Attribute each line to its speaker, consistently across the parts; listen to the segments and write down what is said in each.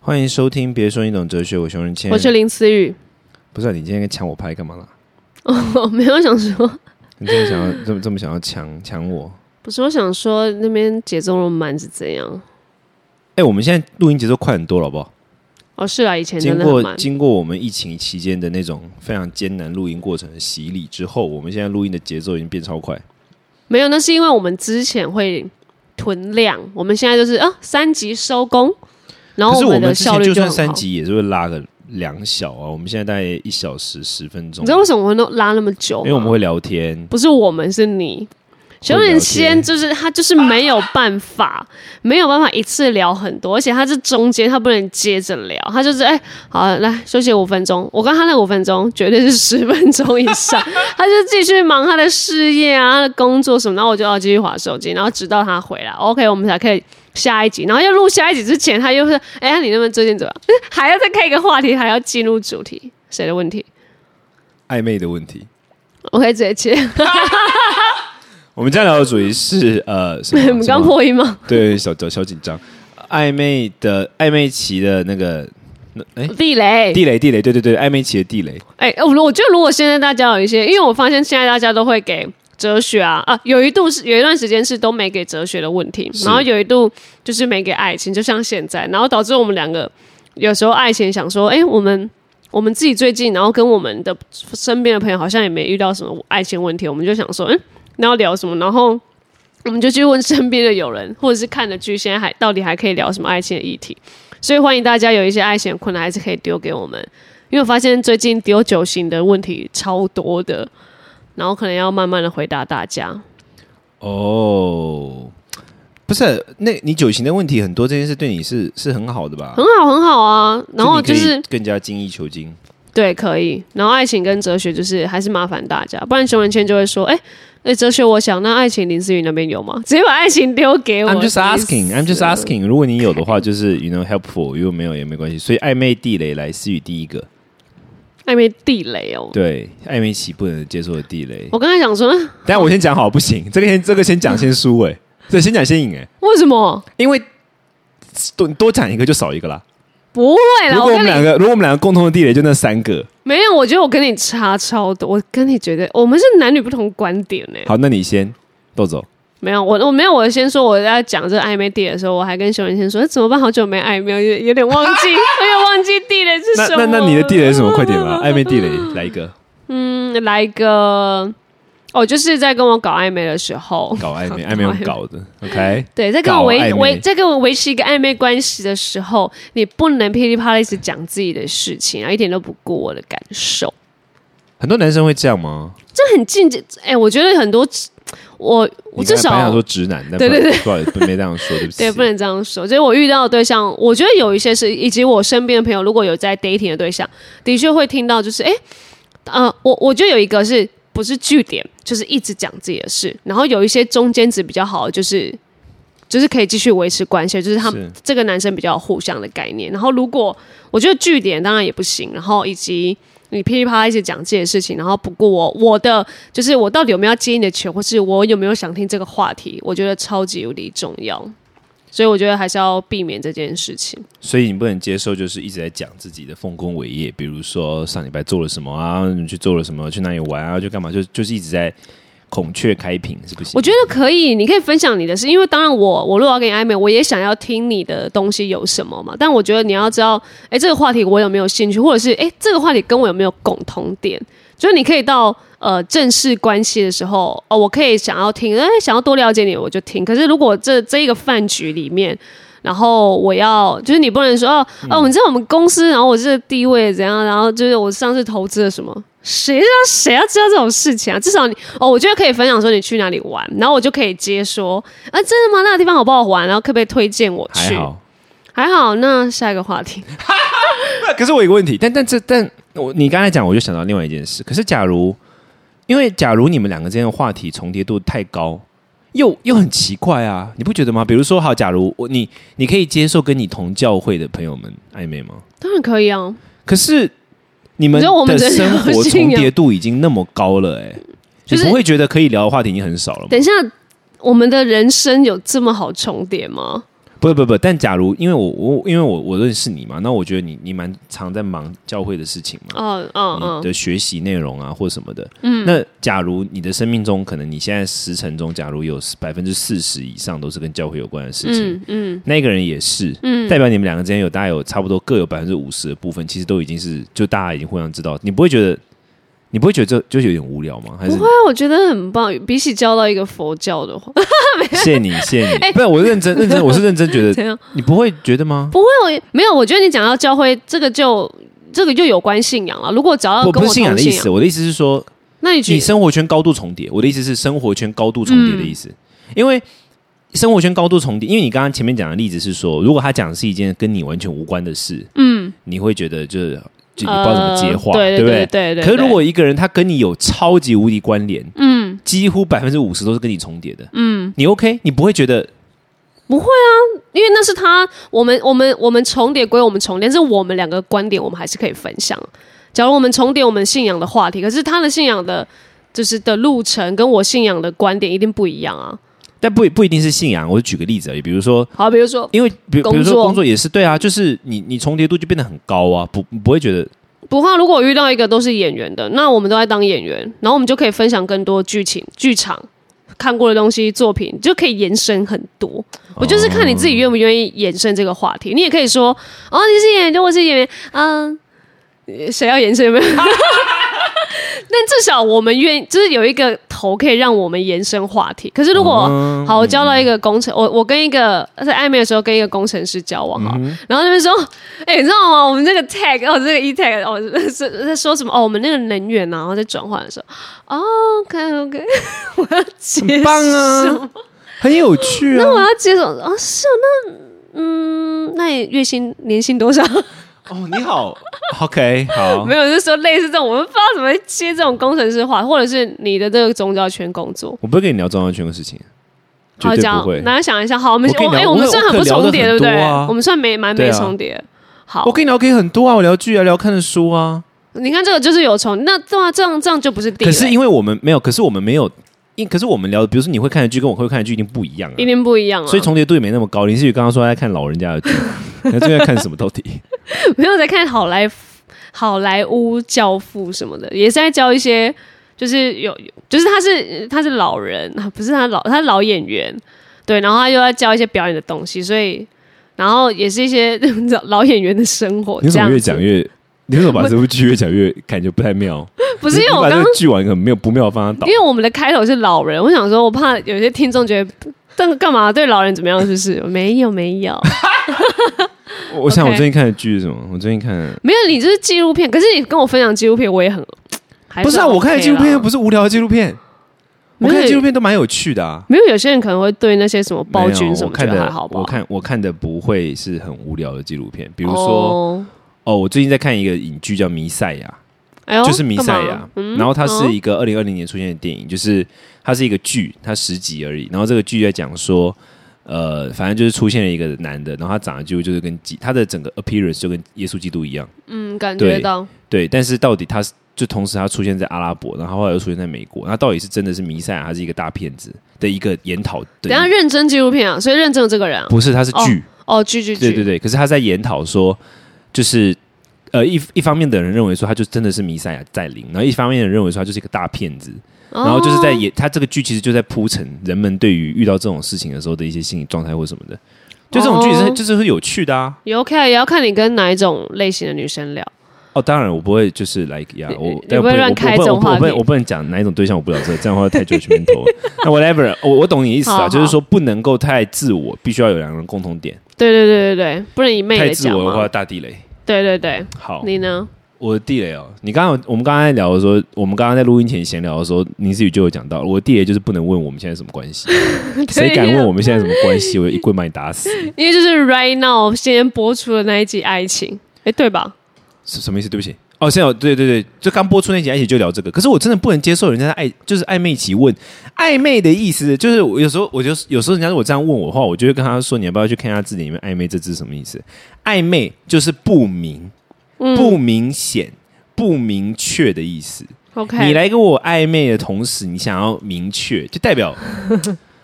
Speaker 1: 欢迎收听《别说你懂哲学》，我熊仁谦。
Speaker 2: 我是林思雨，
Speaker 1: 不是、啊、你今天抢我拍干嘛啦？
Speaker 2: 我没有想说，
Speaker 1: 你这么想要， 这么这么想要抢抢我？
Speaker 2: 不是我想说那边节奏那么慢是怎样？
Speaker 1: 哎、我们现在录音节奏快很多了，好不好？
Speaker 2: 哦，是啊，以前真
Speaker 1: 经
Speaker 2: 的很
Speaker 1: 过
Speaker 2: 慢，
Speaker 1: 经过我们疫情期间的那种非常艰难录音过程的洗礼之后，我们现在录音的节奏已经变超快。
Speaker 2: 没有，那是因为我们之前会囤量，我们现在就是啊三级收工，然后
Speaker 1: 可是
Speaker 2: 们
Speaker 1: 们
Speaker 2: 的
Speaker 1: 之
Speaker 2: 效
Speaker 1: 前
Speaker 2: 率
Speaker 1: 就算
Speaker 2: 很
Speaker 1: 三
Speaker 2: 好。
Speaker 1: 集也是会拉个两小啊，我们现在大概一小时十分钟
Speaker 2: 你知，道为什么我们都拉那么久吗？
Speaker 1: 因为我们会聊天。
Speaker 2: 不是我们是你，熊仁谦就是他就是没有办法， 没有办法一次聊很多，而且他是中间他不能接着聊，他就是哎、好来休息五分钟，我跟他那五分钟绝对是十分钟以上，他就继续忙他的事业啊、他的工作什么，然后我就要继续划手机，然后直到他回来，OK，我们才可以。下一集，然后要录下一集之前，他又是哎、呀，你那边最近怎么样？ 还要再开一个话题，还要进入主题，谁的问题？
Speaker 1: 暧昧的问题，
Speaker 2: 我可以直接切。
Speaker 1: 我们今天聊的主题是呃， 什么
Speaker 2: 你们
Speaker 1: 什
Speaker 2: 刚
Speaker 1: 么
Speaker 2: 破音吗？
Speaker 1: 对小小小紧张，暧昧的暧昧期的那个那哎
Speaker 2: 地雷，
Speaker 1: 地雷地雷，对对对，暧昧期的地雷。
Speaker 2: 哎、我我觉得如果现在大家有一些，因为我发现现在大家都会给哲学啊啊，有一度是有一段时间是都没给哲学的问题，
Speaker 1: 是
Speaker 2: 然后有一度就是没给爱情，就像现在，然后导致我们两个有时候爱情想说，哎、我们我们自己最近，然后跟我们的身边的朋友好像也没遇到什么爱情问题，我们就想说，嗯，那要聊什么？然后我们就去问身边的友人，或者是看的剧，现在还到底还可以聊什么爱情的议题？所以欢迎大家有一些爱情的困难，还是可以丢给我们。因为我发现最近丢酒型的问题超多的，然后可能要慢慢的回答大家。
Speaker 1: 哦，不是，那你酒型的问题很多，这件事对你是是很好的吧？
Speaker 2: 很好，很好啊。嗯然后就
Speaker 1: 你可
Speaker 2: 是
Speaker 1: 以更加精益求精。
Speaker 2: 对，可以。然后爱情跟哲学就是还是麻烦大家，不然熊仁谦就会说，哎、哎、哲学我想，那爱情林思雨那边有吗？直接把爱情丢给我。
Speaker 1: I'm just
Speaker 2: 气
Speaker 1: asking,
Speaker 2: 死
Speaker 1: I'm just asking。如果你有的话，就是 you know helpful，如果没有也没关系。所以暧昧地雷来思雨第一个，
Speaker 2: 哦暧昧地雷哦。
Speaker 1: 对暧昧期不能接受的地雷。
Speaker 2: 我刚才想说，嗯
Speaker 1: 但我先讲好，不行，这个先这个先讲先输哎、这先讲先赢哎、
Speaker 2: 为什么
Speaker 1: 因为多多讲一个就少一个啦。
Speaker 2: 不会啦？
Speaker 1: 如果
Speaker 2: 我
Speaker 1: 我们
Speaker 2: 跟
Speaker 1: 两
Speaker 2: 你
Speaker 1: 个，如果我们两个共同的地雷就那三个，
Speaker 2: 没有，我觉得我跟你差超多。我跟你觉得我们是男女不同观点呢、
Speaker 1: 好，那你先豆走。
Speaker 2: 没有，我我没有，我先说我在讲这个暧昧地雷的时候，我还跟熊仁先说怎么办？好久没暧昧，有点有点忘 记，我有点忘记地雷是
Speaker 1: 那
Speaker 2: 什么
Speaker 1: 那那你的地雷是什么？快点吧，暧昧地雷来一个，
Speaker 2: 嗯，来一个哦，就是在跟我搞暧昧的时候，
Speaker 1: 搞暧昧，暧昧用搞的，OK。
Speaker 2: 对，在跟
Speaker 1: 搞
Speaker 2: 我
Speaker 1: 暧昧
Speaker 2: 维维在跟我维持一个暧昧关系的时候，你不能噼里啪啦一直讲自己的事情，然后一点都不顾我的感受，
Speaker 1: 很多男生会这样吗？
Speaker 2: 这很禁忌。哎、我觉得很多我我
Speaker 1: 你
Speaker 2: 至
Speaker 1: 刚才本来
Speaker 2: 少
Speaker 1: 想说直男，但
Speaker 2: 对对
Speaker 1: 对，不好意思，没这样说，对不起。
Speaker 2: 对，不能这样说。就是我遇到的对象，我觉得有一些是，以及我身边的朋友，如果有在 dating 的对象，的确会听到，就是哎，诶呃，我我觉得有一个是不是据点，就是一直讲自己的事，然后有一些中间值比较好的，就是就是可以继续维持关系，就是他们
Speaker 1: 是
Speaker 2: 这个男生比较有互相的概念。然后如果我觉得据点当然也不行，然后以及你噼里啪啦一直讲这些事情，然后不顾我我的就是我到底有没有要接你的球，或是我有没有想听这个话题，我觉得超级无敌重要。所以我觉得还是要避免这件事情。
Speaker 1: 所以你不能接受，就是一直在讲自己的丰功伟业，比如说上礼拜做了什么啊，你去做了什么，去哪里玩啊，去干嘛，就就是一直在孔雀开屏，是不行。
Speaker 2: 我觉得可以，你可以分享你的事，因为当然我我如果要跟你暧昧，我也想要听你的东西有什么嘛。但我觉得你要知道，哎，这个话题我有没有兴趣，或者是哎，这个话题跟我有没有共同点？就是你可以到呃正式关系的时候，哦，我可以想要听，哎，想要多了解你，我就听。可是如果这这一个饭局里面，然后我要就是你不能说哦
Speaker 1: 嗯
Speaker 2: 哦，你知道我们公司，然后我这个地位怎样，然后就是我上次投资了什么，谁知道谁要知道这种事情啊？至少你哦，我觉得可以分享说你去哪里玩，然后我就可以接说啊，真的吗？那个地方好不好玩？然后可不可以推荐我去？
Speaker 1: 还好，
Speaker 2: 还好那下一个话题，
Speaker 1: 可是我有一个问题，但但这但我你刚才讲，我就想到另外一件事。可是假如，因为假如你们两个之间的话题重叠度太高，又又很奇怪啊，你不觉得吗？比如说，好，假如我你你可以接受跟你同教会的朋友们暧昧吗？
Speaker 2: 当然可以啊。
Speaker 1: 可是你们
Speaker 2: 你知道我们
Speaker 1: 的
Speaker 2: 的
Speaker 1: 生活
Speaker 2: 流行
Speaker 1: 重
Speaker 2: 啊
Speaker 1: 叠度已经那么高了、哎，
Speaker 2: 就是
Speaker 1: 你不会觉得可以聊的话题已经很少了吗？
Speaker 2: 等一下，我们的人生有这么好重叠吗？
Speaker 1: 不不不，但假如因为我我因为我我认识你嘛，那我觉得你你蛮常在忙教会的事情嘛，
Speaker 2: 哦哦
Speaker 1: 你
Speaker 2: 哦，
Speaker 1: 的学习内容啊或什么的。嗯，那假如你的生命中可能你现在时辰中，假如有百分之四十以上都是跟教会有关的事情，
Speaker 2: 嗯嗯
Speaker 1: 那个人也是，
Speaker 2: 嗯，
Speaker 1: 代表你们两个之间有大概有差不多各有百分之五十的部分，其实都已经是就大家已经互相知道，你不会觉得你不会觉得这就是有点无聊吗？还是
Speaker 2: 不会啊，我觉得很棒。比起交到一个佛教的话，
Speaker 1: 谢谢你谢谢你，
Speaker 2: 哎
Speaker 1: 不是我认真认真，我是认真觉 得
Speaker 2: 怎样？
Speaker 1: 你不会觉得吗？
Speaker 2: 不会，我没有。我觉得你讲到教会这个就这个就有关信仰了。如果找到
Speaker 1: 我
Speaker 2: 呃跟
Speaker 1: 不
Speaker 2: 我
Speaker 1: 是信仰
Speaker 2: 同
Speaker 1: 的意思，
Speaker 2: 仰，
Speaker 1: 我的意思是说，
Speaker 2: 那你觉
Speaker 1: 你生活圈高度重叠。我的意思是生活圈高度重叠的意
Speaker 2: 嗯
Speaker 1: 思，因为生活圈高度重叠，因为你刚刚前面讲的例子是说，如果他讲的是一件跟你完全无关的事，
Speaker 2: 嗯，
Speaker 1: 你会觉得就是就你不知道
Speaker 2: 呃
Speaker 1: 怎么接话，
Speaker 2: 对
Speaker 1: 不
Speaker 2: 对对对。
Speaker 1: 可是如果一个人他跟你有超级无敌关联，
Speaker 2: 嗯
Speaker 1: 几乎百分之五十都是跟你重叠的，
Speaker 2: 嗯，
Speaker 1: 你 OK？你不会觉得
Speaker 2: 不会啊，因为那是他我们我们我们重叠归我们重叠，但是我们两个观点我们还是可以分享。假如我们重叠我们信仰的话题，可是他的信仰的。就是的路程跟我信仰的观点一定不一样啊。
Speaker 1: 但不不一定是信仰。我举个例子而啊已，比如说，
Speaker 2: 好，比如说
Speaker 1: 因为比比
Speaker 2: 工
Speaker 1: 如说
Speaker 2: 作
Speaker 1: 工作也是对啊，就是你你重叠度就变得很高啊，不不会觉得
Speaker 2: 不过，如果我遇到一个都是演员的，那我们都在当演员，然后我们就可以分享更多剧情、剧场看过的东西、作品，就可以延伸很多。我就是看你自己
Speaker 1: 哦
Speaker 2: 愿不愿意延伸这个话题。你也可以说，哦，你是演员，就我是演员，嗯，谁要延伸 有没有？但至少我们愿，就是有一个头可以让我们延伸话题。可是如果、
Speaker 1: 嗯
Speaker 2: 好，我交到一个工程，我我跟一个在暧昧的时候跟一个工程师交往哈，啊
Speaker 1: 嗯
Speaker 2: 然后那边说，哎、你知道吗？我们这个 tag 哦，这个 e tag 哦，是是在说什么？哦，我们那个能源啊，然后在转换的时候，哦，OK OK，我 要接
Speaker 1: 很棒啊，很有趣啊。
Speaker 2: 我要接受哦，是哦，那嗯，那你月薪年薪多少？
Speaker 1: 哦，你好，OK，好
Speaker 2: 没，有，就是说类似这种，我们不知道怎么接这种工程师话，或者是你的这个宗教圈工作。
Speaker 1: 我不会跟你聊中央圈的事情，绝
Speaker 2: 好，
Speaker 1: 对
Speaker 2: 这样
Speaker 1: 不会。
Speaker 2: 大家想一下，好，我们
Speaker 1: 我跟你
Speaker 2: 哎、
Speaker 1: 聊
Speaker 2: 我们
Speaker 1: 我
Speaker 2: 算
Speaker 1: 我
Speaker 2: 很不
Speaker 1: 可聊
Speaker 2: 重
Speaker 1: 得
Speaker 2: 叠，对
Speaker 1: 很
Speaker 2: 不对？
Speaker 1: 多啊
Speaker 2: 我们算没蛮
Speaker 1: 对
Speaker 2: 没
Speaker 1: 啊
Speaker 2: 重叠。好，
Speaker 1: 我跟你聊可以很多啊，我聊剧啊，聊看的书啊。
Speaker 2: 你看这个就是有重，那这样这样这样就不是地
Speaker 1: 可
Speaker 2: 雷，
Speaker 1: 是因为我们没有，可是我们没有，因可是我们聊的，比如说你会看的剧跟我会看的剧一定不一样啊
Speaker 2: 一，定不一样啊。
Speaker 1: 所以重叠度也没那么高。林思雨刚刚说她在看老人家的剧， 那最近在看什么到底？
Speaker 2: 没有在看好莱好莱坞教父什么的，也是在教一些就是有就是他是他是老人，啊不是他老他是老演员，对，然后他又要教一些表演的东西，所以然后也是一些 你知道老演员的生活。
Speaker 1: 你
Speaker 2: 这
Speaker 1: 怎么
Speaker 2: 样
Speaker 1: 越
Speaker 2: 子
Speaker 1: 讲越？你为什么把这部剧越讲越感觉不太妙？
Speaker 2: 不是因为我
Speaker 1: 你把
Speaker 2: 刚
Speaker 1: 这
Speaker 2: 刚
Speaker 1: 个剧完一个没有不妙的方向导
Speaker 2: 因。为我们的开头是老人，我想说，我怕有些听众觉得。但干嘛对老人怎么样？是不是没有没有
Speaker 1: 我我想我
Speaker 2: OK
Speaker 1: 最近看的剧是什么？我最近看
Speaker 2: 没有，你就是纪录片。可是你跟我分享纪录片，我也很还
Speaker 1: 不是啊，我看的
Speaker 2: OK
Speaker 1: 纪录片
Speaker 2: 啦
Speaker 1: 又不是无聊的纪录片，我
Speaker 2: 没有
Speaker 1: 看的纪录片都蛮有趣的啊。
Speaker 2: 没有，有些人可能会对那些什么
Speaker 1: 没
Speaker 2: 暴
Speaker 1: 有
Speaker 2: 君什
Speaker 1: 我
Speaker 2: 么觉
Speaker 1: 看
Speaker 2: 得
Speaker 1: 的
Speaker 2: 还好吧。
Speaker 1: 我看我看的不会是很无聊的纪录片，比
Speaker 2: 比
Speaker 1: 如说哦，我最近在看一个影剧叫《弥赛亚》。
Speaker 2: 哎呦，
Speaker 1: 就是《弥赛
Speaker 2: 干
Speaker 1: 亚
Speaker 2: 嘛嗯》，
Speaker 1: 然后它是
Speaker 2: 嗯
Speaker 1: 一个二零二零年出现的电影，就是它是一个剧，它十集而已。然后这个剧在讲说，呃，反正就是出现了一个男的，然后他长得几乎就是跟基，他的整个 appearance 就跟耶稣基督一样，
Speaker 2: 嗯，感觉到
Speaker 1: 对。但是到底他是就同时他出现在阿拉伯，然后后来又出现在美国，那到底是真的是弥赛亚，还是一个大骗子的一个研讨的
Speaker 2: 等一下
Speaker 1: 一？
Speaker 2: 认真纪录片啊，所以认真的这个人啊，
Speaker 1: 不是，他是
Speaker 2: 哦
Speaker 1: 剧，
Speaker 2: 哦，剧剧
Speaker 1: 对对
Speaker 2: 剧，
Speaker 1: 对。可是他在研讨说，就是呃一一方面的人认为说他就真的是弥赛亚在领，然后一方面的人认为说他就是一个大骗子。
Speaker 2: 然
Speaker 1: 然后就是在演，他这个剧其实就在铺陈人们对于遇到这种事情的时候的一些心理状态或什么的。就这种剧是
Speaker 2: 哦
Speaker 1: 就是会有趣的啊！
Speaker 2: 也 OK，啊也要看你跟哪一种类型的女生聊。
Speaker 1: 哦，当然我不会就是 like 呀，我
Speaker 2: 你
Speaker 1: 但
Speaker 2: 不会乱开
Speaker 1: 我不
Speaker 2: 这
Speaker 1: 能我
Speaker 2: 种
Speaker 1: 不能我不
Speaker 2: 话
Speaker 1: 能
Speaker 2: 题
Speaker 1: 我不能讲哪一种对象我不了解，这样的话太 judgmental 了。那 whatever，我我懂你意思
Speaker 2: 好
Speaker 1: 啊，
Speaker 2: 好
Speaker 1: 就是说不能够太自我，必须要有两个人共同点。
Speaker 2: 对对对对对，不能一昧
Speaker 1: 太
Speaker 2: 的
Speaker 1: 自
Speaker 2: 讲
Speaker 1: 我的话哦
Speaker 2: 嘛。
Speaker 1: 大地雷。
Speaker 2: 对对对，
Speaker 1: 好，
Speaker 2: 你呢？
Speaker 1: 我的地雷哦，你刚刚有我们刚刚在聊的时候，我们刚刚在录音前闲聊的时候，林思雨就有讲到，我的地雷就是不能问我们现在什么关系， 啊谁敢问我们现在什么关系，我就一棍把你打死。
Speaker 2: 因为就是 right now 今天播出的那一集爱情，哎，对吧？
Speaker 1: 什什么意思？对不起，哦，现在有对对对，就刚播出那集爱情就聊这个，可是我真的不能接受人家在暧就是暧昧期问暧昧的意思，就是我有时候我就有时候人家如果这样问我的话，我就会跟他说，你要不要去看一下字典里面暧昧这字什么意思？暧昧就是不明、
Speaker 2: 嗯
Speaker 1: 不明显、不明确的意思。
Speaker 2: OK，
Speaker 1: 你来跟我暧昧的同时，你想要明确，就代表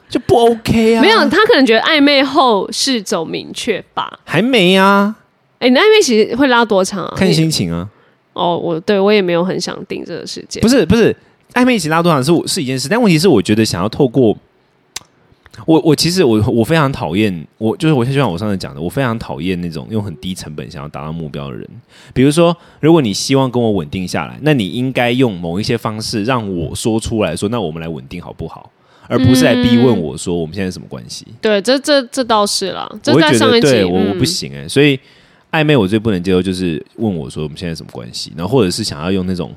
Speaker 1: 就不 OK 啊？
Speaker 2: 没有，他可能觉得暧昧后是走明确吧？
Speaker 1: 还没啊，
Speaker 2: 哎、你的暧昧其实会拉多长啊？
Speaker 1: 看
Speaker 2: 你
Speaker 1: 心情啊。
Speaker 2: 哦，我对我也没有很想定这个事件
Speaker 1: 不。是不是，暧昧一起拉多长是我是一件事，但问题是，我觉得想要透过我我其实我我非常讨厌，我就是我就像我上次讲的，我非常讨厌那种用很低成本想要达到目标的人。比如说，如果你希望跟我稳定下来，那你应该用某一些方式让我说出来说，那我们来稳定好不好？而不是来逼问我说我们现在是什么关系？
Speaker 2: 对，这这这倒是啦，这
Speaker 1: 我会
Speaker 2: 在
Speaker 1: 觉
Speaker 2: 上
Speaker 1: 得
Speaker 2: 一集
Speaker 1: 对我、我
Speaker 2: 嗯
Speaker 1: 不行哎、所以暧昧我最不能接受就是问我说我们现在什么关系，然后或者是想要用那种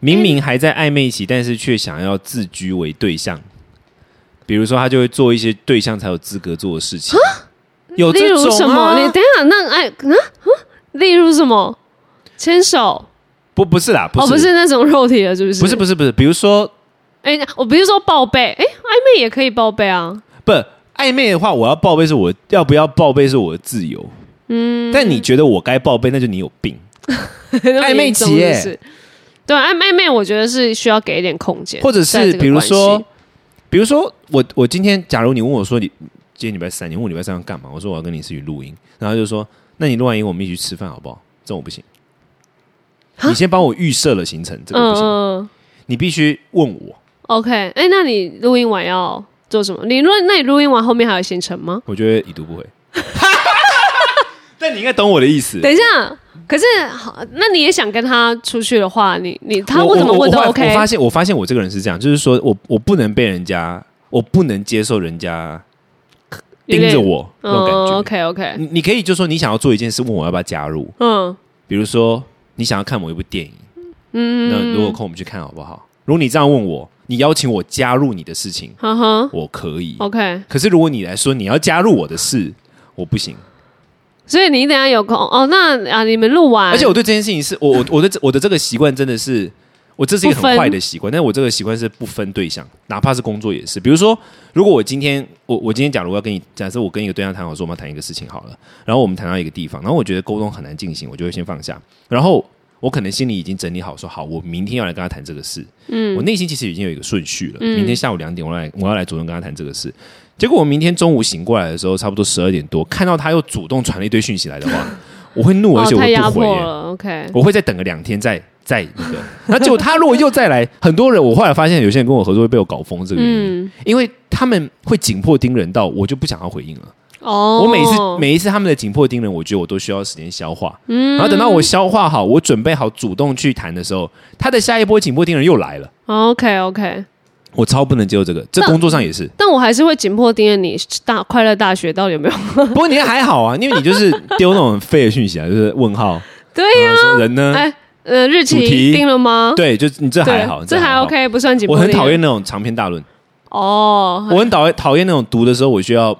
Speaker 1: 明明还在暧昧期，但是却想要自居为对象，比如说他就会做一些对象才有资格做的事情，有
Speaker 2: 啊例
Speaker 1: 这
Speaker 2: 如什
Speaker 1: 种
Speaker 2: 么？你
Speaker 1: 啊？
Speaker 2: 等一下，那哎啊啊例如什么？牵手
Speaker 1: 不不是啦，不
Speaker 2: 哦，不
Speaker 1: 是
Speaker 2: 是那种肉体的，是不是？
Speaker 1: 不是不是不是，比如说
Speaker 2: 哎、我不是说报备，哎、暧昧也可以报备啊。
Speaker 1: 不暧昧的话，我要报备是我要不要报备是我的自由，嗯，但你觉得我该报备，那就你有病。
Speaker 2: 暧
Speaker 1: 昧期耶
Speaker 2: 对，暧暧昧，我觉得是需要给一点空间，
Speaker 1: 或者
Speaker 2: 在
Speaker 1: 是
Speaker 2: 这个
Speaker 1: 比如
Speaker 2: 关系
Speaker 1: 说，，比如说我我今天，假如你问我说你今天礼拜三，你问我礼拜三要干嘛？我说我要跟你一起去录音，然后他就说那你录完音我们一起去吃饭好不好？这种我不行，你先帮我预设了行程，这个
Speaker 2: 啊嗯
Speaker 1: 不行，
Speaker 2: 嗯
Speaker 1: 你必须问我。
Speaker 2: ，OK，哎、那你录音完要做什么？你录，那你录音完后面还有行程吗？
Speaker 1: 我觉得已读不回， 但你应该懂我的意思。
Speaker 2: 等一下，可是好，那你也想跟他出去的话，你你他
Speaker 1: 我
Speaker 2: 问怎么
Speaker 1: 我
Speaker 2: 问都
Speaker 1: 我后来
Speaker 2: OK，
Speaker 1: 我发现我发现我这个人是这样，就是说我我不能被人家，我不能接受人家
Speaker 2: 有
Speaker 1: 盯
Speaker 2: 点
Speaker 1: 着我那种感
Speaker 2: 嗯
Speaker 1: 觉。
Speaker 2: ，OK OK，
Speaker 1: 你你可以就说你想要做一件事，问我要不要加入，
Speaker 2: 嗯，
Speaker 1: 比如说你想要看某一部电影，嗯，那如果有空我们去看好不好？如果你这样问我，你邀请我加入你的事情，
Speaker 2: 哈哈
Speaker 1: 我可以。
Speaker 2: ，OK。
Speaker 1: 可是如果你来说你要加入我的事，我不行。
Speaker 2: 所以你等一下有空哦，那啊，你们录完，
Speaker 1: 而且我对这件事情是我我我的这我的这个习惯真的是，我这是一个
Speaker 2: 不
Speaker 1: 很
Speaker 2: 分
Speaker 1: 坏的习惯，但是我这个习惯是不分对象，哪怕是工作也是。比如说，如果我今天我我今天假如要跟你，假设我跟一个对象谈好说我们要谈一个事情好了，然后我们谈到一个地方，然后我觉得沟通很难进行，我就会先放下，然后。我可能心里已经整理好说好，我明天要来跟他谈这个事。嗯，我内心其实已经有一个顺序了。
Speaker 2: 嗯
Speaker 1: 明天下午两点，我要来我要来主动跟他谈这个事。结果我明天中午醒过来的时候，差不多十二点多，看到他又主动传了一堆讯息来的 话，我会怒，而
Speaker 2: 哦
Speaker 1: 且我
Speaker 2: 太
Speaker 1: 会
Speaker 2: 压
Speaker 1: 不回、
Speaker 2: 迫
Speaker 1: 欸
Speaker 2: 了，OK，
Speaker 1: 我会再等个两天再再那个。那结果他如果又再来，很多人我后来发现有些人跟我合作会被我搞疯这个原因，
Speaker 2: 嗯，
Speaker 1: 因为他们会紧迫盯人到我就不想要回应了。
Speaker 2: 哦，
Speaker 1: 我每次每一次他们的紧迫盯人，我觉得我都需要时间消化。然后等到我消化好，我准备好主动去谈的时候，他的下一波紧迫盯人又来了。
Speaker 2: OK OK，
Speaker 1: 我超不能接受这个，这
Speaker 2: 那
Speaker 1: 工作上也 是。
Speaker 2: 但我还是会紧迫盯着你大快乐大学到底有没有？
Speaker 1: 不过你还好啊，因为你就是丢那种很废的讯息啊，就是问号，
Speaker 2: 对呀、
Speaker 1: 然后说人呢？
Speaker 2: 哎、呃，日
Speaker 1: 嗯主
Speaker 2: 期
Speaker 1: 题
Speaker 2: 定了吗？
Speaker 1: 对，就是你这
Speaker 2: 对，
Speaker 1: 还好，
Speaker 2: 这还
Speaker 1: 好
Speaker 2: OK，不算紧迫
Speaker 1: 我
Speaker 2: 盯
Speaker 1: 很
Speaker 2: 人。
Speaker 1: 讨厌那种长篇大论。
Speaker 2: 哦，
Speaker 1: 我很讨厌讨厌那种读的时候，我需要，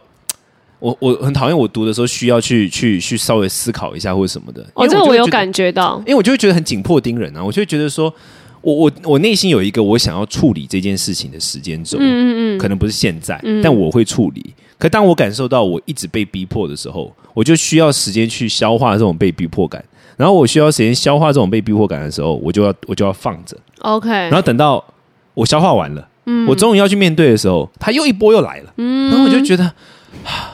Speaker 1: 我我很讨厌我读的时候需要去去去稍微思考一下或者什么的。
Speaker 2: 哦，
Speaker 1: 因为
Speaker 2: 这个
Speaker 1: 就
Speaker 2: 我
Speaker 1: 会
Speaker 2: 有
Speaker 1: 觉得，
Speaker 2: 感觉到，
Speaker 1: 因为我就会觉得很紧迫盯人啊，我就会觉得说，我我我内心有一个我想要处理这件事情的时间轴，
Speaker 2: 嗯嗯嗯，
Speaker 1: 可能不是现在，但我会处理。可当我感受到我一直被逼迫的时候，我就需要时间去消化这种被逼迫感。然后我需要时间消化这种被逼迫感的时候，我就要我就要放着。
Speaker 2: OK，
Speaker 1: 然后等到我消化完了，
Speaker 2: 嗯
Speaker 1: 我终于要去面对的时候，他又一波又来了，然后我就觉得 啊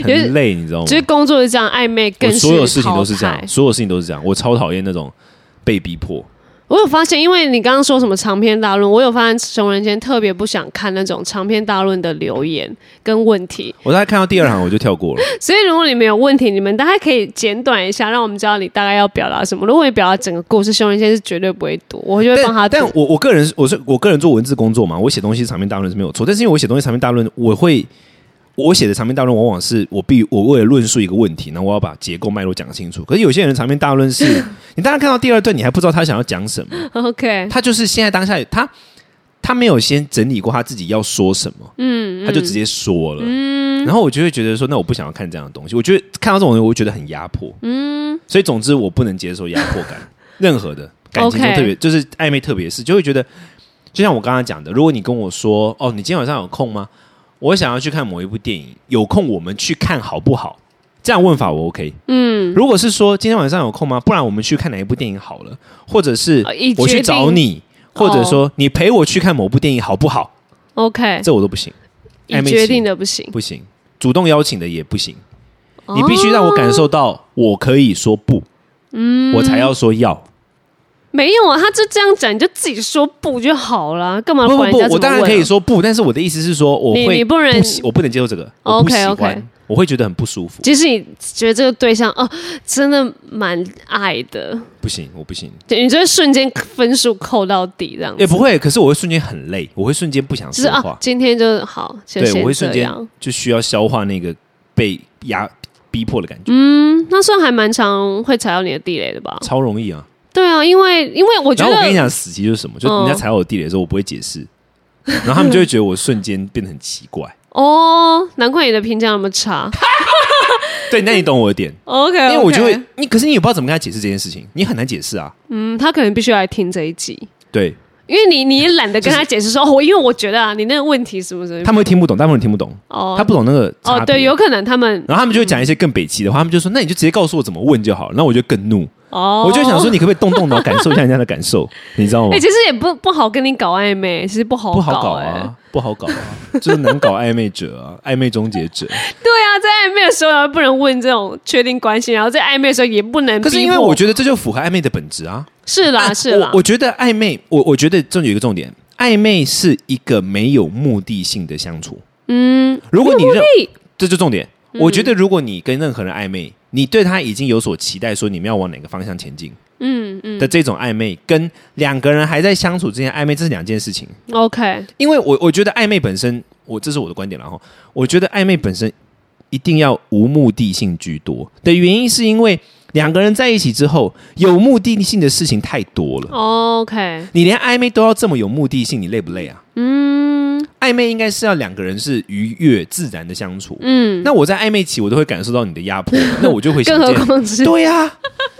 Speaker 2: 有点
Speaker 1: 很累，你知道吗
Speaker 2: 其？实工作是这样，暧昧
Speaker 1: 哦我
Speaker 2: 更是
Speaker 1: 所有事情都是这
Speaker 2: 淘汰
Speaker 1: 样，所有事情都是这样，我超讨厌那种被逼迫。
Speaker 2: 我有发现，因为你刚刚说什么长篇大论，我有发现熊仁谦特别不想看那种长篇大论的留言跟问题，
Speaker 1: 我大概看到第二行我就跳过了，
Speaker 2: 所以如果你们有问题，你们大概可以简短一下，让我们知道你大概要表达什么。如果你表达整个故事，熊仁谦是绝对不会读，我就会帮他
Speaker 1: 但
Speaker 2: 读
Speaker 1: 但。我我个人我是我个人做文字工作嘛，我写东西长篇大论是没有错，但是因为我写东西长篇大论，我会。我写的长篇大论往往是我必我为了论述一个问题，然后我要把结构脉络讲清楚。可是有些人的长篇大论是你当然看到第二段，你还不知道他想要讲什么，
Speaker 2: OK，
Speaker 1: 他就是现在当下他他没有先整理过他自己要说什么，嗯，他就直接说了，嗯，然后我就会觉得说，那我不想要看这样的东西，我觉得看到这种东西，我会觉得很压迫，嗯，所以总之我不能接受压迫 感，任何的感情中
Speaker 2: OK
Speaker 1: 特别就是暧昧，特别是就会觉得，就像我刚刚讲的，如果你跟我说，哦，你今天晚上有空吗？我想要去看某一部电影，有空我们去看好不好？这样问法我 OK。嗯，如果是说今天晚上有空吗？不然我们去看哪一部电影好了，或者是
Speaker 2: 呃以
Speaker 1: 我去
Speaker 2: 决定哦
Speaker 1: 找你，或者说你陪我去看某部电影好不好？
Speaker 2: OK，
Speaker 1: 这我都不行。
Speaker 2: 已
Speaker 1: 暧昧
Speaker 2: 决
Speaker 1: 期
Speaker 2: 定的不行，
Speaker 1: 不行，主动邀请的也不行，你必须让我感
Speaker 2: 哦
Speaker 1: 受到我可以说不，嗯，我才要说要。
Speaker 2: 没有啊，他就这样讲，你就自己说不就好了，干嘛
Speaker 1: 不不
Speaker 2: 管人
Speaker 1: 不
Speaker 2: 家，怎么
Speaker 1: 我当然
Speaker 2: 问啊
Speaker 1: 可以说不，但是我的意思是说，我
Speaker 2: 你
Speaker 1: 会
Speaker 2: 你不能
Speaker 1: 喜我不能接受这个，我不
Speaker 2: OK，
Speaker 1: 喜
Speaker 2: OK
Speaker 1: 欢，我会觉得很不舒服，
Speaker 2: 即使你觉得这个对象哦，真的蛮爱的，
Speaker 1: 不行，我不行。
Speaker 2: 对你就会瞬间分数扣到底这样子。
Speaker 1: 也不会，可是我会瞬间很累，我会瞬间哎不想
Speaker 2: 就是
Speaker 1: 说
Speaker 2: 啊
Speaker 1: 话，，
Speaker 2: 今天就好，就
Speaker 1: 对，我
Speaker 2: 先
Speaker 1: 会瞬
Speaker 2: 这
Speaker 1: 间
Speaker 2: 样。
Speaker 1: 就需要消化那个被压逼迫的感觉，
Speaker 2: 嗯，那算还蛮常会踩到你的地雷的吧？
Speaker 1: 超容易啊。
Speaker 2: 对啊，因为因为我觉
Speaker 1: 然后我跟你
Speaker 2: 得
Speaker 1: 讲，死期就是什么，就是人家
Speaker 2: 嗯
Speaker 1: 踩我地雷的时候，我不会解释，然后他们就会觉得我瞬间变得很奇怪。
Speaker 2: 哦，难怪你的评价那 么差。
Speaker 1: 对，那你懂我的 点，
Speaker 2: 哦 OK，
Speaker 1: 因为我就会你，可是你也不知道怎么跟他解释这件事情，你很难解释啊。
Speaker 2: 嗯，他可能必须来听这一集。
Speaker 1: 对
Speaker 2: 因为你你也懒得跟他解 释说，哦，我因为我觉得啊，你那个问题什么什么，
Speaker 1: 他们会听不懂，大部分人听不懂，
Speaker 2: 哦，
Speaker 1: 他不懂那个差
Speaker 2: 哦，对，
Speaker 1: 别
Speaker 2: 有可能他们
Speaker 1: 然后他们就会讲一些更北气的话，他们就说：“那你就直接告诉我怎么问就好。”了。”那我就更怒，
Speaker 2: 哦，
Speaker 1: 我就想说，，你可不可以动动脑，感受一下人家的感受，你知道吗
Speaker 2: 哎，？其实也不不好跟你搞暧昧，其实不好
Speaker 1: 不好搞
Speaker 2: 哎
Speaker 1: 啊，不好搞啊，就是难搞暧昧者啊，暧昧终结 者。
Speaker 2: 对啊，在暧昧的时候然后不能问这种确定关系，然后在暧昧的时候也不能逼迫。
Speaker 1: 可是因为我觉得这就符合暧昧的本质啊。
Speaker 2: 是啦
Speaker 1: 啊
Speaker 2: 是啦
Speaker 1: 我，我觉得暧昧，我我觉得这有一个重点，暧昧是一个没有目的性的相处。嗯，如果你认，这就重点。
Speaker 2: 嗯
Speaker 1: 我觉得如果你跟任何人暧昧，你对他已经有所期待，说你们要往哪个方向前进。
Speaker 2: 嗯嗯
Speaker 1: 的这种暧昧，跟两个人还在相处之间暧昧，这是两件事情。
Speaker 2: ，OK，
Speaker 1: 因为我我觉得暧昧本身，我这是我的观点了哈。我觉得暧昧本身一定要无目的性居多的原因，是因为两个人在一起之后，有目的性的事情太多了。
Speaker 2: OK，
Speaker 1: 你连暧昧都要这么有目的性，你累不累啊？
Speaker 2: 嗯
Speaker 1: 暧昧应该是要两个人是愉悦自然的相处。
Speaker 2: 嗯，
Speaker 1: 那我在暧昧期，我都会感受到你的压 迫，那我就会想
Speaker 2: 更何
Speaker 1: 见
Speaker 2: 况是
Speaker 1: 对呀、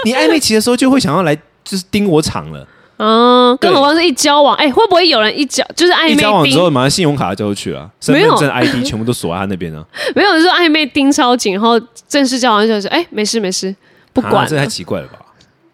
Speaker 1: 你暧昧期的时候就会想要来就是盯我场了。
Speaker 2: 嗯，
Speaker 1: 对
Speaker 2: 更何况是一交往，哎，会不会有人一交就是 暧
Speaker 1: 一交
Speaker 2: 昧
Speaker 1: 往之
Speaker 2: 盯，
Speaker 1: 后，马上信用卡交出去了，身
Speaker 2: 没
Speaker 1: 份
Speaker 2: 有
Speaker 1: 证、ID 全部都锁在他那边啊呢、
Speaker 2: 没有人说暧昧盯超紧，然后正式交往就是哎，没事没事， 不
Speaker 1: 啊
Speaker 2: 管
Speaker 1: 这
Speaker 2: 了，
Speaker 1: 太奇怪了吧？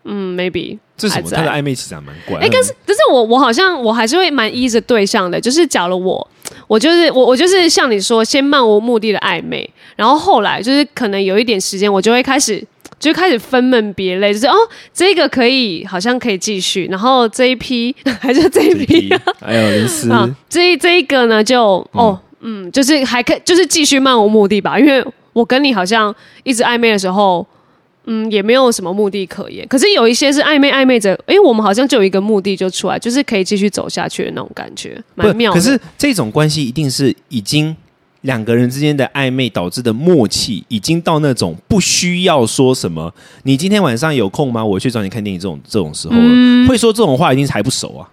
Speaker 2: 嗯，maybe
Speaker 1: 这是什么？
Speaker 2: 还在
Speaker 1: 他的暧昧其实还蛮怪。
Speaker 2: 哎、但是但是我我好像我还是会蛮依着对象的，就是假如我我就是我我就是像你说，先漫无目的的暧昧，然后后来就是可能有一点时间，我就会开始就开始分门别类，就是哦这个可以好像可以继续，然后这一批 还是这一
Speaker 1: 这一
Speaker 2: 批
Speaker 1: 题还有林思，
Speaker 2: 啊，这一这一个呢就哦嗯就是还可以就是继续漫无目的吧，因为我跟你好像一直暧昧的时候。嗯，也没有什么目的可言。可是有一些是暧昧暧昧着，诶，我们好像就有一个目的就出来，就是可以继续走下去的那种感觉，蛮妙
Speaker 1: 不
Speaker 2: 的。
Speaker 1: 可是这种关系一定是已经两个人之间的暧昧导致的默契，已经到那种不需要说什么“你今天晚上有空吗？我去找你看电影”这种这种时候了，
Speaker 2: 嗯
Speaker 1: 会说这种话一定是还不熟啊。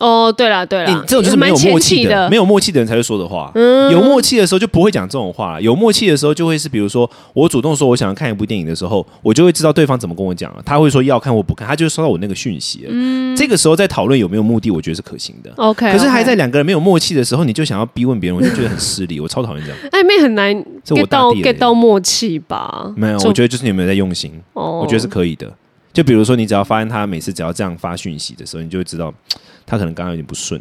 Speaker 2: 哦，对了对了，
Speaker 1: 你这种就是没有
Speaker 2: 蛮
Speaker 1: 默
Speaker 2: 前
Speaker 1: 契
Speaker 2: 期
Speaker 1: 的，
Speaker 2: 的，
Speaker 1: 没有默契的人才会说的话。嗯
Speaker 2: 嗯
Speaker 1: 有默契的时候就不会讲这种话了。有默契的时候就会是，比如说我主动说我想要看一部电影的时候，我就会知道对方怎么跟我讲了。他会说要看或不看，他就会收到我那个讯息了。
Speaker 2: 嗯
Speaker 1: 这个时候再讨论有没有目的，我觉得是可行的。
Speaker 2: OK，
Speaker 1: 可是还在
Speaker 2: OK
Speaker 1: 两个人没有默契的时候，你就想要逼问别人，我就觉得很失礼。我超讨厌这 样。
Speaker 2: 暧昧很难
Speaker 1: 这我
Speaker 2: get
Speaker 1: 大
Speaker 2: 到
Speaker 1: 地雷
Speaker 2: get 到默契吧？
Speaker 1: 没有，
Speaker 2: 就
Speaker 1: 我觉得就是你们在用心，
Speaker 2: 哦
Speaker 1: 我觉得是可以的。就比如说，你只要发现他每次只要这样发讯息的时候，你就会知道他可能刚刚有点不顺。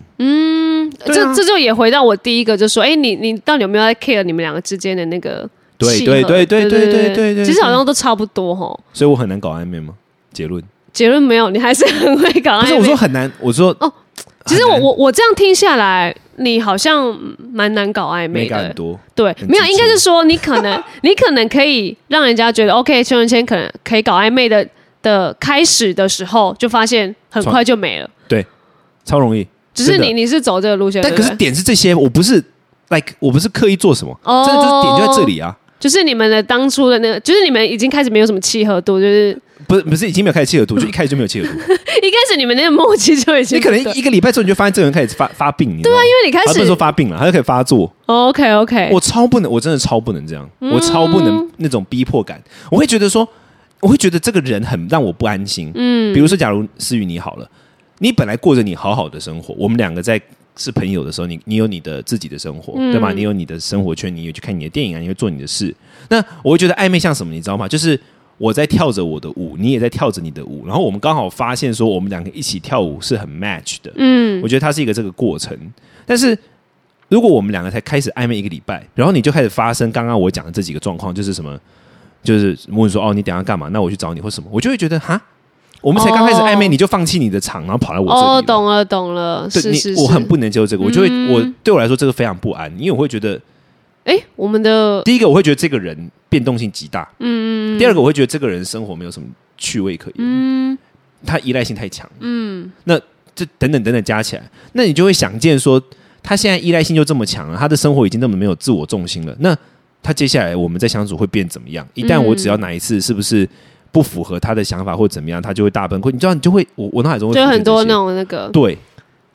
Speaker 1: 对啊
Speaker 2: 这这就也回到我第一个，就说，哎，你你到底有没有在 care 你们两个之间的那个
Speaker 1: 对
Speaker 2: 契合？
Speaker 1: 对对对
Speaker 2: 对
Speaker 1: 对对对对对
Speaker 2: 其实好像都差不多哈。
Speaker 1: 所以我很难搞暧昧吗？结论
Speaker 2: 结论没有，你还是很会搞暧
Speaker 1: 不
Speaker 2: 昧。
Speaker 1: 是我说很难，我说
Speaker 2: 哦，其实我
Speaker 1: 很难
Speaker 2: 我我这样听下来，你好像蛮难搞暧
Speaker 1: 美
Speaker 2: 昧
Speaker 1: 感很
Speaker 2: 的。
Speaker 1: 多，
Speaker 2: 对，
Speaker 1: 很
Speaker 2: 没有，
Speaker 1: 机
Speaker 2: 应该
Speaker 1: 车
Speaker 2: 是说你 可能你可能可以让人家觉得 OK，邱仁谦可能可以搞暧昧的的开始的时候，就发现很快就没了。
Speaker 1: 超容易。
Speaker 2: 只是
Speaker 1: 真的
Speaker 2: 你你是走这个路线，
Speaker 1: 但
Speaker 2: 对
Speaker 1: 可
Speaker 2: 不
Speaker 1: 是
Speaker 2: 对
Speaker 1: 点是这些，我不是 like 我不是刻意做什么，
Speaker 2: 哦
Speaker 1: 真的就是点就在这里啊，
Speaker 2: 就是你们的当初的那个，就是你们已经开始没有什么契合度，就是
Speaker 1: 不是不是已经没有开始契合度，就一开始就没有契合度。
Speaker 2: 一开始你们那个默契就已经
Speaker 1: 你可能
Speaker 2: 不对
Speaker 1: 一个礼拜之后你就发现这个人开始发发病，对啊，因
Speaker 2: 因为你开
Speaker 1: 他不
Speaker 2: 始
Speaker 1: 是说发病了，他就可以发作。
Speaker 2: OK OK，
Speaker 1: 我超不能，我真的超不能这样，我超不能那种逼迫感，我会觉得说，我会觉得这个人很让我不安心。嗯，比如说，假如思雨你好了，你本来过着你好好的生活，我们两个在是朋友的时候，你你有你的自己的生活，对吧？你有你的生活圈，你有去看你的电影啊，你会做你的事。那我会觉得暧昧像什么，你知道吗？就是。我在跳着我的舞，你也在跳着你的舞，然后我们刚好发现说，我们两个一起跳舞是很 match 的。嗯，我觉得它是一个这个过程，但是如果我们两个才开始暧昧一个礼拜，然后你就开始发生刚刚我讲的这几个状况，就是什么，就是问说哦，你等一下干嘛？那我去找你或什么，我就会觉得哈，我们才刚开始暧昧，
Speaker 2: 哦
Speaker 1: 你就放弃你的场，然后跑来我这里了
Speaker 2: 哦，懂了懂了，
Speaker 1: 对
Speaker 2: 是
Speaker 1: 你
Speaker 2: 是是，
Speaker 1: 我很不能接受这个，我就会、
Speaker 2: 嗯
Speaker 1: 我对我来说这个非常不安，因为我会觉得
Speaker 2: 哎，我们的
Speaker 1: 第一个我会觉得这个人变动性极大，嗯，第二个我会觉得这个人生活没有什么趣味可言，
Speaker 2: 嗯
Speaker 1: 他依赖性太强，
Speaker 2: 嗯
Speaker 1: 这等等等等加起来，那你就会想见说他现在依赖性就这么强了，他的生活已经那么没有自我重心了，那他接下来我们在相处会变怎么样？一旦我只要哪一次是不是不符合他的想法或怎么样，他就会大崩溃，你知道你就会我我脑海中会
Speaker 2: 就有
Speaker 1: 浮现
Speaker 2: 很多
Speaker 1: 这
Speaker 2: 那
Speaker 1: 些
Speaker 2: 种那个，
Speaker 1: 对，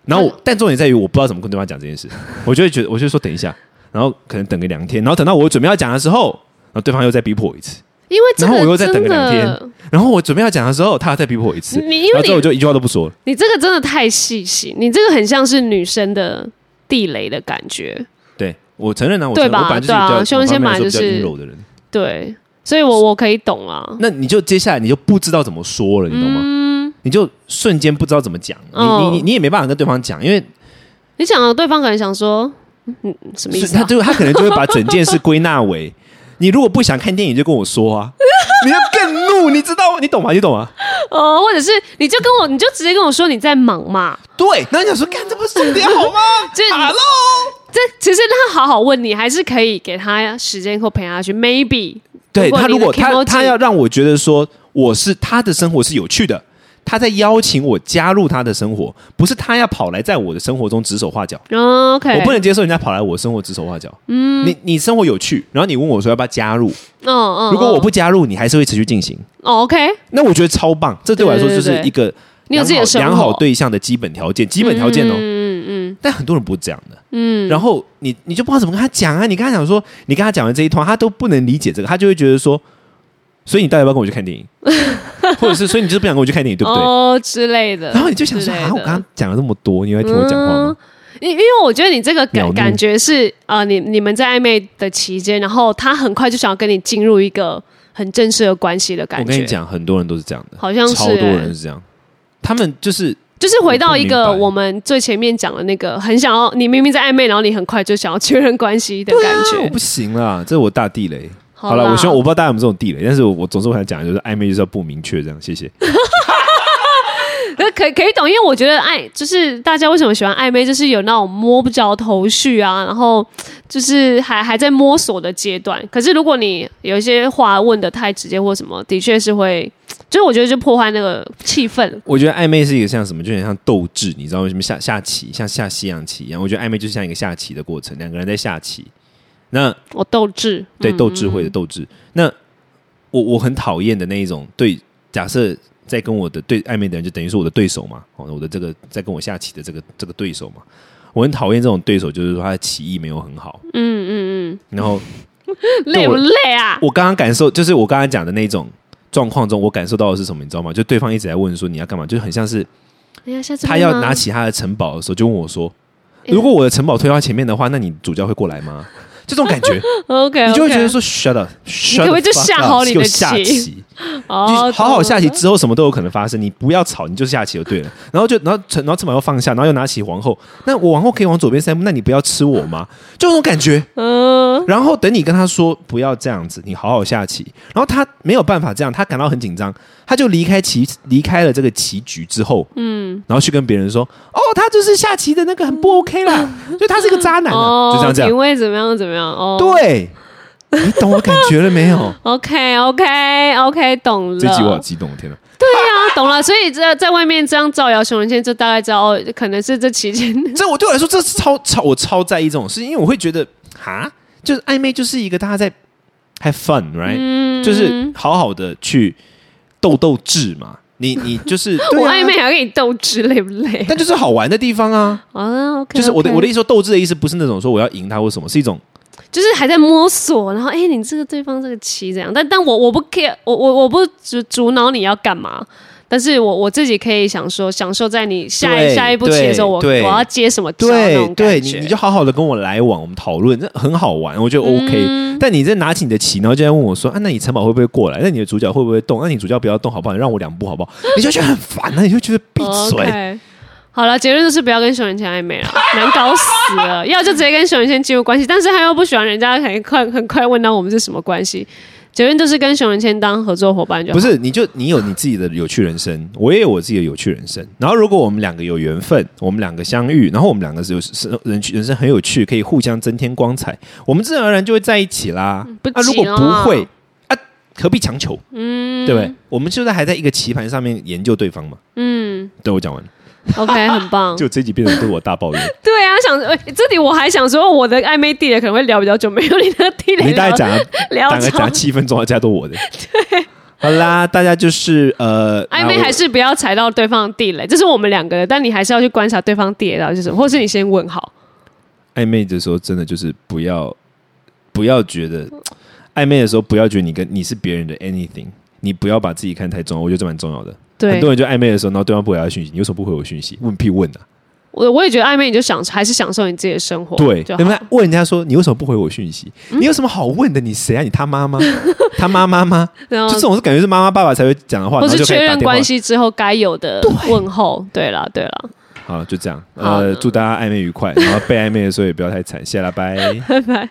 Speaker 1: 然后我
Speaker 2: 嗯
Speaker 1: 但重点在于我不知道怎么跟对方讲这件事，我就会觉得我就说等一下，然后可能等个两天，然后等到我准备要讲的时候，然后对方又再逼迫我一次，
Speaker 2: 因为这
Speaker 1: 然后我又
Speaker 2: 个
Speaker 1: 再
Speaker 2: 真
Speaker 1: 等个两
Speaker 2: 的，
Speaker 1: 然后我准备要讲的时候，他再逼迫我一次，
Speaker 2: 你嗯因
Speaker 1: 然后
Speaker 2: 为
Speaker 1: 之后我
Speaker 2: 你
Speaker 1: 就一句话都不说了。
Speaker 2: 你这个真的太细心，你这个很像是女生的地雷的感觉，
Speaker 1: 对我承认啊，我
Speaker 2: 对
Speaker 1: 承认
Speaker 2: 吧
Speaker 1: 我本来就是
Speaker 2: 对啊
Speaker 1: 比较
Speaker 2: 修文
Speaker 1: 某方
Speaker 2: 先
Speaker 1: 面来
Speaker 2: 本
Speaker 1: 说
Speaker 2: 来就
Speaker 1: 比较
Speaker 2: 是
Speaker 1: 阴柔的人，
Speaker 2: 对，所以我我可以懂啊，
Speaker 1: 那你就接下来你就不知道怎么说了，你懂吗？
Speaker 2: 嗯，
Speaker 1: 你就瞬间不知道怎么讲，你、
Speaker 2: 哦
Speaker 1: 你你你也没办法跟对方讲，因为
Speaker 2: 你想啊对方可能想说，嗯，嗯什么意
Speaker 1: 是
Speaker 2: 思啊
Speaker 1: 他？就他可能就会把整件事归纳为， 你如果不想看电影就跟我说 啊，你要更怒，你知道吗？你懂吗？你懂吗？
Speaker 2: 哦，或者是你就跟我，你就直接跟我说你在忙嘛。
Speaker 1: 对，那你想说，干这不是重点好 吗？
Speaker 2: 这
Speaker 1: 打喽！
Speaker 2: 这其实他好好问你，还是可以给他时间或陪他去，maybe。
Speaker 1: 对
Speaker 2: 你
Speaker 1: 他，如果
Speaker 2: 的
Speaker 1: 他
Speaker 2: kimoji-
Speaker 1: 他要让我觉得说我是他的生活是有趣的，他在邀请我加入他的生活，不是他要跑来在我的生活中指手画脚。
Speaker 2: 嗯 OK，
Speaker 1: 我不能接受人家跑来我生活指手画脚。嗯，你你生活有趣，然后你问我说要不要加入，
Speaker 2: 嗯，嗯嗯，
Speaker 1: 如果我不加入，你还是会持续进行，
Speaker 2: 哦 OK，
Speaker 1: 那我觉得超棒。这对我来说
Speaker 2: 对
Speaker 1: 就
Speaker 2: 对对
Speaker 1: 是一个
Speaker 2: 你有自己的生活
Speaker 1: 良好良好对象的基本条件，基本条件哦。
Speaker 2: 嗯嗯
Speaker 1: 但很多人不是这样的，
Speaker 2: 嗯，
Speaker 1: 然后你你就不知道怎么跟他讲啊。你跟他讲说，你跟他讲完这一通，他都不能理解这个，他就会觉得说，所以你到底要不要跟我去看电 影，或者是所以你就是不想跟我去看电影，对不对？
Speaker 2: 哦之类的。
Speaker 1: 然后你就想
Speaker 2: 之
Speaker 1: 说
Speaker 2: 类
Speaker 1: 啊，我
Speaker 2: 的
Speaker 1: 刚刚讲了那么多，你还听我讲话吗？
Speaker 2: 嗯因因为我觉得你这个
Speaker 1: 秒
Speaker 2: 感
Speaker 1: 怒
Speaker 2: 感觉是呃，你你们在暧昧的期间，然后他很快就想要跟你进入一个很正式的关系嗯的感觉。
Speaker 1: 我跟你，讲，很多人都是这样的，
Speaker 2: 好像是
Speaker 1: 超多
Speaker 2: 欸
Speaker 1: 人是这样，他们就是
Speaker 2: 就是回到一
Speaker 1: 我
Speaker 2: 个
Speaker 1: 不明白
Speaker 2: 我们最前面讲的那个，很想要你明明在暧昧，然后你很快就想要确认关系的感
Speaker 1: 啊我
Speaker 2: 觉。
Speaker 1: 不行啦，这是我大地雷。好
Speaker 2: 啦
Speaker 1: 了，我希望我不知道大家有没有这种地雷，但是我我总是我想讲的就是暧昧就是要不明确这样，谢谢。
Speaker 2: 可可可以懂，因为我觉得暧就是大家为什么喜欢暧昧，就是有那种摸不着头绪啊，然后就是还还在摸索的阶段。可是如果你有一些话问的太直接或什么，的确是会，就是我觉得就破坏那个气氛。
Speaker 1: 我觉得暧昧是一个像什么，就很像斗智，你知道为什么下下棋，像下西洋棋一样。我觉得暧昧就是像一个下棋的过程，两个人在下棋。那
Speaker 2: 我斗志，
Speaker 1: 对
Speaker 2: 嗯
Speaker 1: 斗智慧的斗智，那我我很讨厌的那一种对，假设在跟我的对暧昧的人，就等于是我的对手嘛，哦，我的这个在跟我下棋的这个这个对手嘛，我很讨厌这种对手，就是说他的棋艺没有很好，
Speaker 2: 嗯嗯
Speaker 1: 然后
Speaker 2: 嗯，累不累啊？
Speaker 1: 我刚刚感受，就是我刚刚讲的那种状况中，我感受到的是什么，你知道吗？就对方一直在问说你要干嘛，就很像是
Speaker 2: 哎呀，下次
Speaker 1: 他要拿起他的城堡的时候，就问我说：“
Speaker 2: 哎呀
Speaker 1: 如果我的城堡推到前面的话，那你主教会过来吗？”这种感觉，
Speaker 2: ，OK，
Speaker 1: 你就会觉得说：“Shut up，你
Speaker 2: 可不可以就下好你的
Speaker 1: 下
Speaker 2: 棋
Speaker 1: 棋，
Speaker 2: 哦
Speaker 1: 就，好好下棋，
Speaker 2: 懂了
Speaker 1: 之后什么都有可能发生，你不要吵，你就下棋就对了。”然后就，然后城，然后城堡又放下，然后又拿起皇后，那我皇后可以往左边三步，那你不要吃我吗？就那种感觉。
Speaker 2: 嗯，
Speaker 1: 然后等你跟他说不要这样子，你好好下棋。然后他没有办法这样，他感到很紧张，他就离开棋，离开了这个棋局之后，嗯，然后去跟别人说，哦，他就是下棋的那个很不 OK 啦，所以他是个渣男、啊，
Speaker 2: 嗯哦，
Speaker 1: 就这样这
Speaker 2: 品
Speaker 1: 样。
Speaker 2: 味怎么样怎么样？哦，？
Speaker 1: 对，你懂我感觉了没有
Speaker 2: ，OK OK OK，懂了。
Speaker 1: 这集我好激动，天哪！
Speaker 2: 对 啊，懂了。所以这在外面这样造谣熊仁谦，就大概知道哦，可能是这期间
Speaker 1: 这我对我来说，这是超超我超在意这种事，情，因为我会觉得，哈，就是暧昧就是一个大家在 have fun，right？、就是
Speaker 2: 嗯
Speaker 1: 好好的去斗斗智嘛。你你 就是、对
Speaker 2: 我
Speaker 1: 啊
Speaker 2: 暧昧还要跟你斗智，累不累？
Speaker 1: 但就是好玩的地方啊，
Speaker 2: 啊，OK，
Speaker 1: 就是我的
Speaker 2: OK
Speaker 1: 我的意思说，斗志的意思不是那种说我要赢他或什么，是一种
Speaker 2: 就是还在摸索。然后，哎、你这个对方这个棋怎样？但但我我不 care，我我我不阻阻挠你要干嘛。但是我我自己可以享受享受在你下一
Speaker 1: 对
Speaker 2: 下一步棋的时候，我我
Speaker 1: 对
Speaker 2: 要接什么招那种
Speaker 1: 对
Speaker 2: 感
Speaker 1: 你
Speaker 2: 觉。
Speaker 1: 你就好好的跟我来往，我们讨论，那很好玩，我觉得 OK、但
Speaker 2: 嗯
Speaker 1: 你再拿起你的棋，然后就在问我说啊，那你城堡会不会过来？那你的主角啊会不会动？那你主角不要动好不好？你让我两步好不好？你就觉得很烦啊，你就觉得闭嘴。
Speaker 2: o k 哦好了，结论就是不要跟熊仁谦暧 昧了，难搞死了。要就直接跟熊仁谦进入关系，但是他又不喜欢人家很快很快问到我们是什么关系。结论就是跟熊仁谦当合作伙伴就好
Speaker 1: 不。是，你就你有你自己的有趣人生，我也有我自己的有趣人生。然后，如果我们两个有缘分，我们两个相遇，然后我们两个是有是人人生很有趣，可以互相增添光彩，我们自然而然就会在一起啦。
Speaker 2: 不
Speaker 1: 啊、如果
Speaker 2: 急哦
Speaker 1: 不会啊，何必强求？嗯，对不对？我们现在还在一个棋盘上面研究对方嘛。嗯，对我讲完了，
Speaker 2: 哦 OK，很 棒。
Speaker 1: 就这一集变成对我大抱怨。
Speaker 2: 对啊，想呃这里我还想说，我的暧昧地雷可能会聊比较久，没 有你的地雷
Speaker 1: 你大
Speaker 2: 聊
Speaker 1: 概讲了
Speaker 2: 聊
Speaker 1: 大概
Speaker 2: 超
Speaker 1: 讲了七分钟，加多我 的。对，好啦，大家就是呃，
Speaker 2: 暧
Speaker 1: 那
Speaker 2: 昧
Speaker 1: 我
Speaker 2: 哎还是不要踩到对方的地雷，这是我们两个的，但你还是要去观察对方地雷到底是什么，或是你先问好。
Speaker 1: 暧昧的时候，真的就是不要不要觉得暧昧的时候，不要觉得你跟你是别人的 anything，你不要把自己看太重要，我觉得这蛮重要的。很
Speaker 2: 对
Speaker 1: 多，人就暧昧的时候，然后对方不回他讯息，你为什么不回我讯息？问屁问啊！
Speaker 2: 我我也觉得暧昧你就享还是享受你自己的生活，
Speaker 1: 对，
Speaker 2: 就
Speaker 1: 对不
Speaker 2: 好嗯
Speaker 1: 对？问人家说你为什么不回我讯息？你有什么好问的？你谁啊？你他妈 吗？他妈妈吗？
Speaker 2: 然
Speaker 1: 就这
Speaker 2: 后
Speaker 1: 种是感觉是妈妈爸爸才会讲的话，
Speaker 2: 嗯或
Speaker 1: 然后
Speaker 2: 是
Speaker 1: 就可以
Speaker 2: 确
Speaker 1: 打
Speaker 2: 认
Speaker 1: 电话
Speaker 2: 关。系之后该有的问候。对啦，对啦，
Speaker 1: 好，就这样。
Speaker 2: 好
Speaker 1: 呃，祝大家暧昧愉快，然后被暧昧的时候也不要太惨。谢啦，拜。
Speaker 2: 拜拜。